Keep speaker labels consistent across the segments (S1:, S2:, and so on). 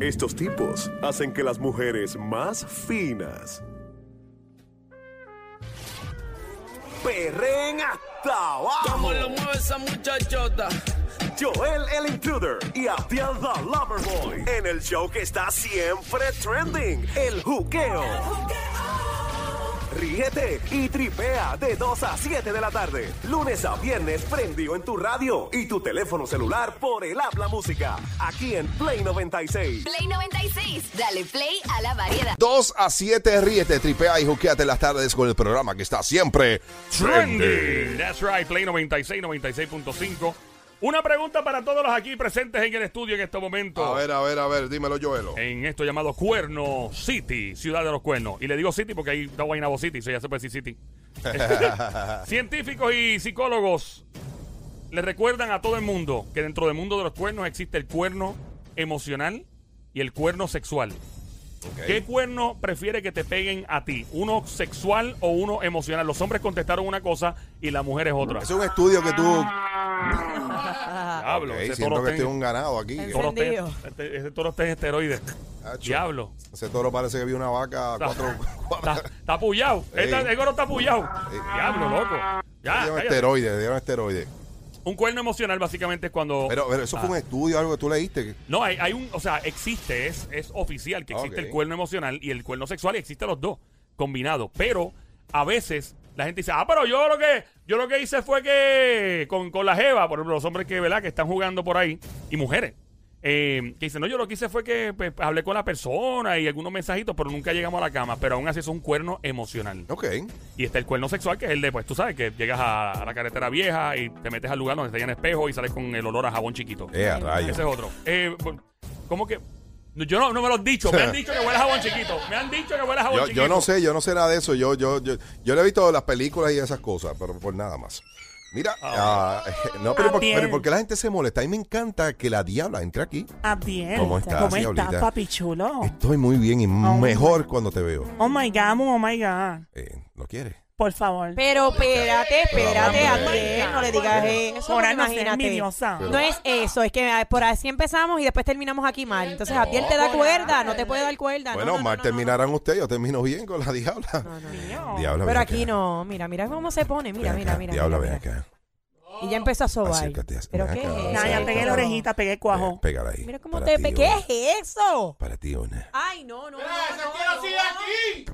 S1: Estos tipos hacen que las mujeres más finas perren hasta
S2: ¿Cómo
S1: abajo.
S2: lo mueve esa muchachota?
S1: Joel el Intruder y Abdiel the Loverboy en el show que está siempre trending, el juqueo. Ríete y tripea de 2 a 7 de la tarde, lunes a viernes prendido en tu radio y tu teléfono celular por el habla música, aquí en Play 96.
S3: Play 96, dale play a la variedad.
S4: 2 a 7, ríete, tripea y juqueate las tardes con el programa que está siempre trendy.
S5: Trendy. That's right, Play 96, 96.5. Una pregunta para todos los aquí presentes en el estudio en este momento.
S4: A ver, a ver, a ver, dímelo, Joelo.
S5: En esto llamado Cuerno City, ciudad de los cuernos. Y le digo City porque ahí está Guaynabo City, so ya se puede decir City. Científicos y psicólogos le recuerdan a todo el mundo que dentro del mundo de los cuernos existe el cuerno emocional y el cuerno sexual. ¿Qué cuerno prefiere que te peguen a ti? ¿Uno sexual o uno emocional? Los hombres contestaron una cosa y las mujeres otra.
S4: Es un estudio que tú...
S5: Diablo,
S4: Ok,
S5: ese
S4: siento
S5: toro
S4: que
S5: está
S4: estoy
S5: en-
S4: un ganado aquí.
S6: En-
S5: toro está en-
S6: encendido.
S5: este- ese toro está en esteroides.
S4: Acho.
S5: Diablo.
S4: Ese toro parece que vio una vaca cuatro...
S5: Está,
S4: cuatro
S5: está apoyado. Esta- El toro está apoyado. Diablo, loco. Ya,
S4: dieron
S5: cállate.
S4: esteroides, dieron esteroides.
S5: un cuerno emocional básicamente es cuando... Ah.
S4: Pero, pero eso fue un estudio, algo que tú leíste.
S5: No, hay, hay un... O sea, existe, es, es oficial que existe
S4: Ok.
S5: el cuerno emocional y el cuerno sexual y existen los dos combinados. Pero a veces la gente dice, ah, pero yo lo que yo lo que hice fue que con, con la jeva, por ejemplo, los hombres que, ¿verdad? que están jugando por ahí y mujeres. eh, que dicen, no, yo lo que hice fue que pues, hablé con la persona y algunos mensajitos, pero nunca llegamos a la cama. Pero aún así es un cuerno emocional.
S4: Ok.
S5: Y está el cuerno sexual, que es el de, pues tú sabes, que llegas a, a la carretera vieja y te metes al lugar donde te llenan espejo y sales con el olor a jabón chiquito.
S4: Eh, a
S5: Ese
S4: rayos.
S5: es otro. Eh, bu- ¿Cómo que? No, Yo no, no me lo han dicho. Me han dicho que huele a jabón chiquito. Me han dicho que huele
S7: Ah,
S5: a jabón
S4: Yo,
S5: chiquito.
S4: yo no sé, yo no sé nada de eso. Yo, yo, yo, yo le he visto las películas y esas cosas, pero por nada más. Mira, ah, no, pero, por-
S6: Abdiel.
S4: pero ¿por qué la gente se molesta? A mí me encanta que la diabla entre aquí.
S6: Abdiel,
S4: ¿Cómo estás, diablita?
S6: papi chulo?
S7: Oh.
S4: Estoy muy bien
S7: Ah,
S4: y mejor cuando te veo.
S6: Oh my God, amor, oh my God.
S4: Eh, ¿Lo quieres?
S6: Por favor.
S7: Pero espérate, espérate,
S4: Pero,
S7: Abdiel, no le digas eso,
S6: Ahora no seas
S7: imagínate.
S6: envidiosa.
S7: No es eso, es que ah, por así empezamos y después terminamos aquí mal. Entonces, Abdiel te da cuerda, no te puede dar cuerda. Ah, no,
S4: Bueno,
S7: no, no,
S4: mal
S7: no, no.
S4: terminarán ustedes, yo termino bien con la diabla.
S6: Mío.
S4: Diabla, ven
S7: Pero aquí
S4: acá,
S7: no, mira, mira cómo se pone, mira,
S4: ven
S7: mira,
S4: acá,
S7: mira.
S4: Diabla,
S7: mira,
S4: ven
S7: mira.
S4: acá.
S7: Y ya empezó a sobar.
S4: Acércate, ac-
S7: ¿Pero
S4: ven
S7: qué es
S4: acá,
S7: eso?
S6: Nah, ya pegué la orejita, pegué el
S4: Eh,
S6: cuajo.
S4: pégala ahí.
S7: Mira cómo
S4: Para
S7: te
S4: ti,
S7: pe... ¿Qué
S4: una.
S7: es eso?
S4: Para ti una.
S7: Ay, no, no. no, no, no.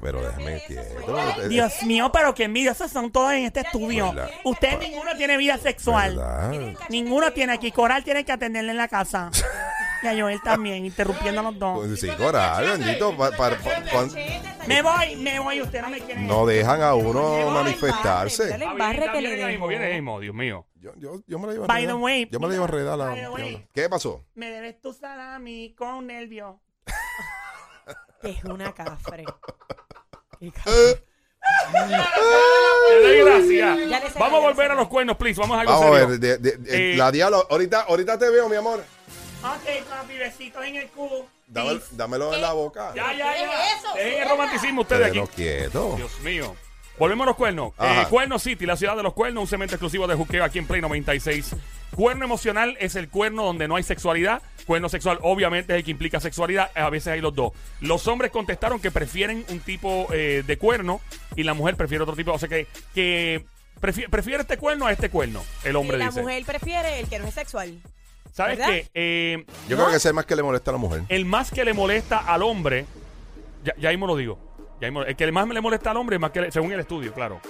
S4: Pero déjame
S7: ¿qué es eso?
S4: quieto. eh,
S6: Dios mío, pero qué envidiosas son todas en este estudio.
S4: Hola.
S6: Usted ninguno tiene vida sexual.
S4: ¿verdad?
S6: Ninguno tiene aquí. Coral tiene que atenderle en la casa. Y a Joel también, interrumpiendo a los dos.
S4: Sí, coral, bendito. pa- pa- pa- cuan-
S6: Me voy, me voy, usted no me quiere.
S4: no dejan a uno manifestarse.
S7: Dale
S5: Ah,
S7: embarre
S5: viene-
S7: que
S5: viene
S7: le
S5: ahí
S7: dejo.
S5: mismo, viene ahí mismo, Dios mío.
S4: Yo, yo, yo me la llevo
S6: By the way,
S4: Yo me la llevo enredada. la-
S6: by the way.
S4: ¿Qué pasó?
S6: Me debes tu salami con nervio.
S7: Es una cafre.
S5: Eh,
S7: Qué ca-
S5: Te doy gracias.
S7: Ya le sé,
S5: Vamos a
S7: ya le
S5: volver
S7: sé.
S5: a los cuernos, please. Vamos a algo
S4: Vamos a
S5: serio.
S4: ver, de- de- de-
S5: Eh,
S4: la diabla. Ahorita, ahorita te veo, mi amor.
S6: Ok, papi, besitos en el culo.
S4: Dame- dámelo en la boca.
S5: Ya, ya, ya. Dejen el romanticismo ustedes
S4: Pero
S5: aquí.
S4: quieto.
S5: Dios mío. Volvemos a los cuernos.
S4: Ajá.
S5: Eh, Cuerno City, la ciudad de los cuernos, un cemento exclusivo de juqueo aquí en Play 96. Cuerno emocional es el cuerno donde no hay sexualidad. Cuerno sexual, obviamente, es el que implica sexualidad. A veces hay los dos. Los hombres contestaron que prefieren un tipo eh, de cuerno y la mujer prefiere otro tipo. O sea que, que prefi- prefiere este cuerno a este cuerno, el hombre
S7: la
S5: dice.
S7: mujer prefiere el que no es sexual.
S5: ¿Sabes
S7: ¿verdad?
S5: qué? Eh,
S4: Yo creo que ese es más que le molesta a la mujer.
S5: el más que le molesta al hombre, ya, ya mismo lo digo. Ya mismo- el que más le molesta al hombre es más que le- según el estudio, claro.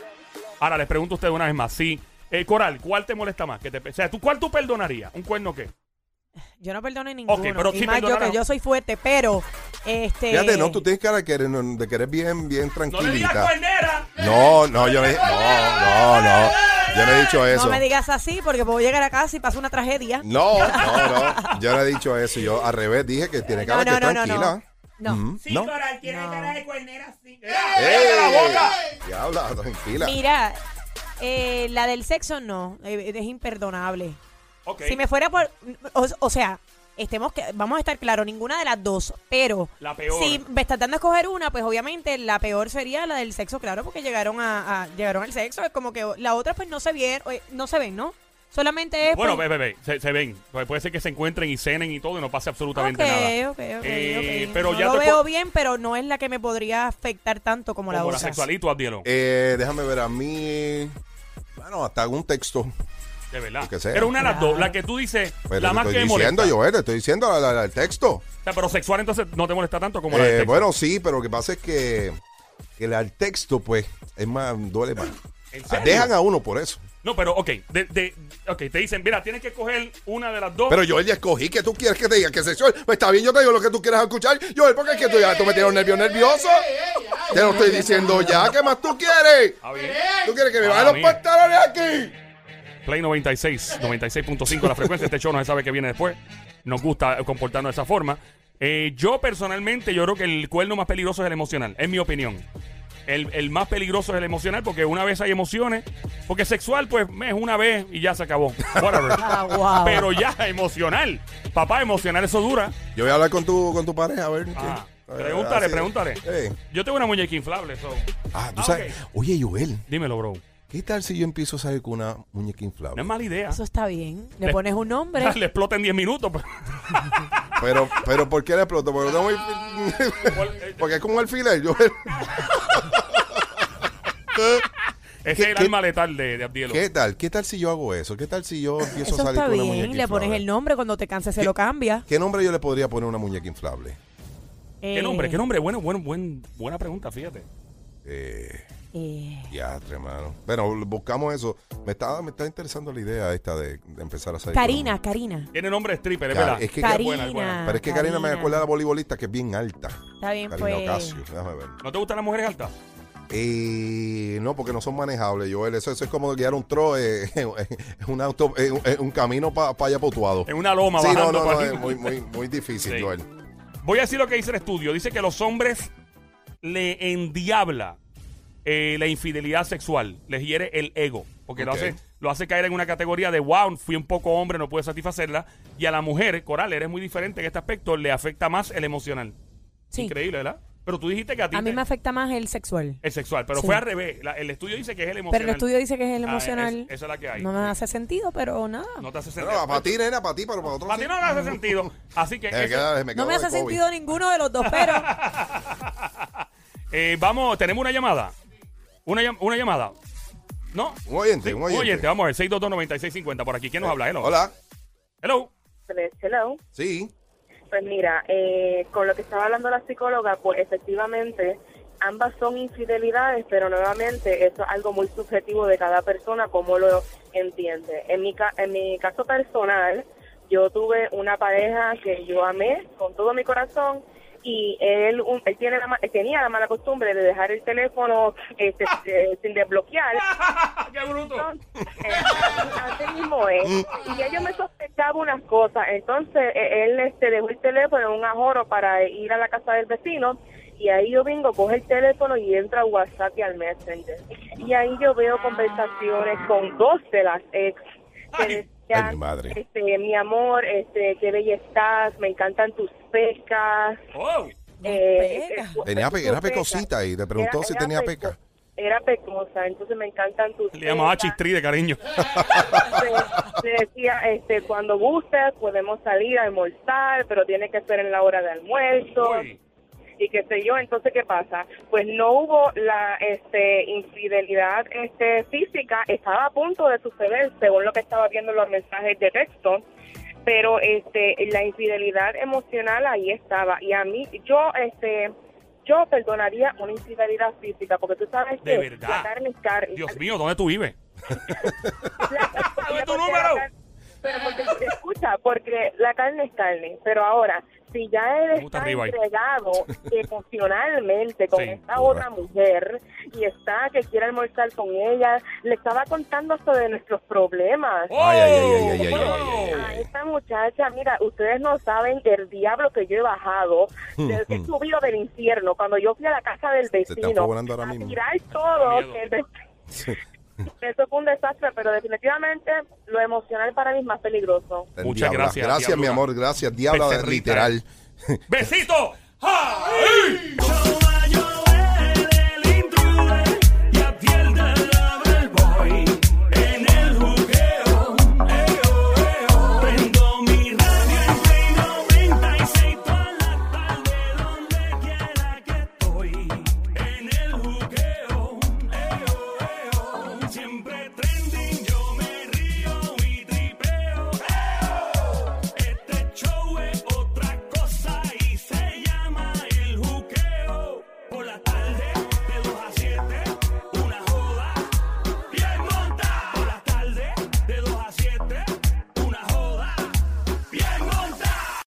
S5: Ahora les pregunto a ustedes una vez más, sí. Eh, Coral, ¿cuál te molesta más? Que te, pe- o sea, ¿tú, ¿cuál tú perdonarías? ¿Un cuerno qué?
S7: Yo no perdono a ninguno.
S5: pero
S7: y
S5: sí
S7: más yo
S5: perdonaron.
S7: que yo soy fuerte, pero este
S4: Fíjate, no, tú tienes cara de querer, de querer bien, bien
S5: ¡No le digas
S4: tranquilita.
S5: cuernera!
S4: No, no, yo no, he- no, no, no. Yo no he dicho
S7: no
S4: eso. Mm.
S7: me digas así porque puedo llegar a casa y pasa una tragedia.
S4: No, no, no. Yo no he dicho eso. Yo al revés dije que tiene cara
S7: No,
S4: que
S7: no, no, no,
S4: tranquila.
S7: no.
S4: Ujú,
S6: Sí,
S4: no. ¡Eh!
S6: Coral, tiene
S7: No.
S6: cara de cuernera, sí.
S4: ¡Ey! Diabla, tranquila.
S7: Mira, eh, la del sexo no, eh, es imperdonable.
S5: Ok.
S7: Si me fuera por o, o sea, estemos que vamos a estar claro, ninguna de las dos, pero
S5: La peor.
S7: si me estás dando a escoger una, pues obviamente la peor sería la del sexo, claro, porque llegaron a, a- llegaron al sexo, es como que la otra pues eh, no se vieron, no se ven, ¿no? Solamente es.
S5: Bueno,
S7: pues-
S5: ve, ve, ve, se, se ven. Pu- Puede ser que se encuentren y cenen y todo y no pase absolutamente
S7: Ok,
S5: nada.
S7: ok, ok,
S5: Eh,
S7: ok.
S5: Pero
S7: No
S5: ya
S7: lo
S5: después-
S7: veo bien, pero no es la que me podría afectar tanto como, la
S5: Como la
S7: otra.
S5: sexualito, Abdielón.
S4: Eh, déjame ver a mí. Bueno, hasta un texto.
S5: de verdad.
S4: que sea.
S5: Pero una de las dos, la que tú dices,
S4: Pero
S5: la
S4: te
S5: más que
S4: estoy
S5: me
S4: diciendo,
S5: molesta.
S4: Joel, te estoy diciendo la- la- la- el texto.
S5: O sea, pero sexual entonces no te molesta tanto como la
S4: Eh,
S5: del texto.
S4: bueno, sí, pero lo que pasa es que, que la del texto, pues, es más, duele más.
S5: ¿En serio?
S4: Dejan a uno por eso.
S5: No, pero ok, de, de- ok, te dicen, mira, tienes que coger una de las dos.
S4: Pero Joel ya escogí que tú quieres que te diga que sexual. Pues está bien, yo te digo lo que tú quieras escuchar. Joel, porque es que tú ya tú me tienes nervio nervioso. Te lo estoy diciendo ya. ¿Qué más tú quieres?
S5: Ah, bien.
S4: ¿Tú quieres que me
S5: Mamma
S4: bajen los
S5: mía.
S4: pantalones aquí?
S5: Play 96, 96.5 la frecuencia. Este show no se sabe que viene después. Nos gusta comportarnos de esa forma. Eh, yo personalmente, yo creo que el cuerno más peligroso es el emocional, en mi opinión. El, el más peligroso es el emocional porque una vez hay emociones. Porque sexual, pues, es una vez y ya se acabó. Whatever.
S7: Ah, wow.
S5: Pero ya emocional. Papá, emocional, eso dura.
S4: Yo voy a hablar con tu, con tu pareja, a ver.
S5: Ah,
S4: qué- a ver,
S5: pregúntale,
S4: así.
S5: pregúntale.
S4: Eh.
S5: Yo tengo una muñeca inflable, so.
S4: Ah, tú
S5: Ah,
S4: sabes. Oye, Joel,
S5: Dímelo, bro.
S4: ¿qué tal si yo empiezo a salir con una muñeca
S5: No
S4: inflable?
S5: es mala idea.
S7: Eso está bien. Le
S5: Le-
S7: pones un nombre.
S5: Le explota en 10 minutos. pero-
S4: Pero, pero ¿por qué le exploto? Porque, tengo
S5: eh,
S4: muy- porque es como un alfiler, Joel.
S5: Ese es
S4: ¿Qué-
S5: el
S4: qué-
S5: alma letal de, de Abdielo.
S4: ¿qué tal? ¿Qué tal si yo hago eso? ¿Qué tal si yo empiezo
S7: Eso
S4: a salir
S7: está
S4: con una muñeca
S7: bien. Le pones
S4: inflable?
S7: el nombre. Cuando te canses, se
S4: ¿Qué-
S7: lo cambia.
S4: ¿Qué nombre yo le podría poner a una muñeca inflable?
S7: Eh.
S5: ¿Qué nombre? ¿Qué nombre? Bueno, bueno, buen, buena pregunta, fíjate.
S4: Eh,
S7: Eh,
S4: diatre, hermano. Bueno, buscamos eso. Me está, me está interesando la idea esta de, de empezar a salir. con una
S7: Karina,
S4: muñeca.
S7: Karina.
S5: Tiene nombre stripper, es
S4: Car-
S5: verdad.
S4: es que-
S5: Es buena, es buena.
S7: Karina.
S4: Pero es que Karina, me
S7: Ah, Karina.
S4: acuerda de la voleibolista que es bien alta.
S7: Está bien,
S4: Karina
S7: pues.
S4: Ocasio, déjame ver.
S5: ¿No te gustan las mujeres altas?
S4: Eh, no, porque no son manejables, Joel. Eso, eso es como guiar un tro, eh, es un auto, eh, un- eh, un camino para allá potuado.
S5: En una loma
S4: sí, no,
S5: bajando
S4: no,
S5: por
S4: no,
S5: aquí.
S4: es muy, muy, muy difícil,
S5: Sí.
S4: Joel.
S5: Voy a decir lo que dice el estudio. Dice que los hombres le endiabla eh, la infidelidad sexual. Les hiere el ego. Porque
S4: Ok.
S5: lo, hace, lo hace caer en una categoría de wow, fui un poco hombre, no pude satisfacerla. Y a la mujer, Coral, eres muy diferente en este aspecto, le afecta más el emocional.
S7: Sí.
S5: Increíble, ¿verdad? Pero tú dijiste que a ti
S7: A mí
S5: te-
S7: me afecta más el sexual.
S5: el sexual. Pero
S7: Sí.
S5: fue al revés. La- el estudio dice que es el emocional.
S7: Pero el estudio dice que es el
S5: Ah,
S7: emocional.
S5: es- esa es la que hay.
S7: No me hace sentido, pero nada.
S5: No te hace sentido.
S4: Pero para ti, nena, para ti, pero para otro.
S5: Para ti no le hace sentido. Así que.
S4: sí. Eh, me
S5: ese-
S4: queda- me quedo
S7: No me
S4: de
S7: hace
S4: COVID.
S7: sentido ninguno de los dos, pero
S5: Eh, vamos, tenemos una llamada. Una, llam- una llamada. ¿No?
S4: Un oyente, un oyente. Eh,
S5: vamos a ver. 622-9650 por aquí. ¿Quién nos habla? Hello.
S4: Hola.
S5: Hello.
S8: Hello.
S4: Sí.
S8: Pues mira, eh, con lo que estaba hablando la psicóloga, pues efectivamente ambas son infidelidades, pero nuevamente eso es algo muy subjetivo de cada persona, cómo lo entiende. En mi, ca- en mi caso personal, yo tuve una pareja que yo amé con todo mi corazón y él, un- él tiene la ma- tenía la mala costumbre de dejar el teléfono este, eh, sin desbloquear
S5: Ah, ¡Qué bruto!
S8: entonces, eh, así mismo es. Y ya yo me sospechaba unas cosas. Entonces, eh, él este, dejó el teléfono en un ajoro para ir a la casa del vecino. Y ahí yo vengo, coge el teléfono y entra a WhatsApp y al Messenger. Y ahí yo veo conversaciones con dos de las ex. que
S5: Ay.
S8: decían,
S4: Ay, mi madre.
S8: Este, mi amor, este, qué bella estás, me encantan tus pecas.
S5: ¡Oh!
S8: Eh,
S7: Peca.
S8: eh,
S4: Tenía pe- era
S8: tus
S4: pecosita
S8: pecas.
S4: y te preguntó si tenía
S8: peco-
S4: peca.
S8: Era pecosa, entonces me encantan tus
S5: Le llamaba
S8: pecas.
S5: chistri de cariño.
S8: Entonces, le decía, este, cuando gustes podemos salir a almorzar, pero tiene que ser en la hora de almuerzo
S5: Uy.
S8: y qué sé yo. Entonces, ¿qué pasa? Pues no hubo la este, infidelidad este, física, estaba a punto de suceder, según lo que estaba viendo en los mensajes de texto, pero este, la infidelidad emocional ahí estaba. Y a mí, yo, este, yo perdonaría una infidelidad física, porque tú sabes
S5: De
S8: que
S5: verdad.
S8: la carne es carne.
S5: Dios mío, ¿dónde tú vives?
S8: La-
S5: Dame tu
S8: porque
S5: número.
S8: la car- Pero porque, escucha, porque la carne es carne. Pero ahora, si ya él
S5: gusta
S8: está
S5: ribeye.
S8: entregado emocionalmente con
S5: Sí,
S8: esta
S4: correcto.
S8: otra mujer y está que quiere almorzar con ella, le estaba contando hasta de nuestros problemas.
S5: ¡Oh!
S4: Ay, ay, ay, ay, ay, ay, ay, ay,
S8: A esta muchacha, mira, ustedes no saben el diablo que yo he bajado, de- he subido del infierno cuando yo fui a la casa del
S4: está
S8: vecino
S4: enfogonando ahora
S8: a
S4: mismo.
S8: tirar
S5: Da
S8: todo,
S5: miedo.
S8: que el ve- eso fue un desastre, pero definitivamente lo emocional para mí es más peligroso.
S4: El
S5: Muchas
S4: diabla.
S5: gracias,
S4: Gracias, mi
S5: diablura.
S4: amor. Gracias, diabla
S5: Becerrita,
S4: literal.
S5: ¡Besito! ¡Ay!
S6: Este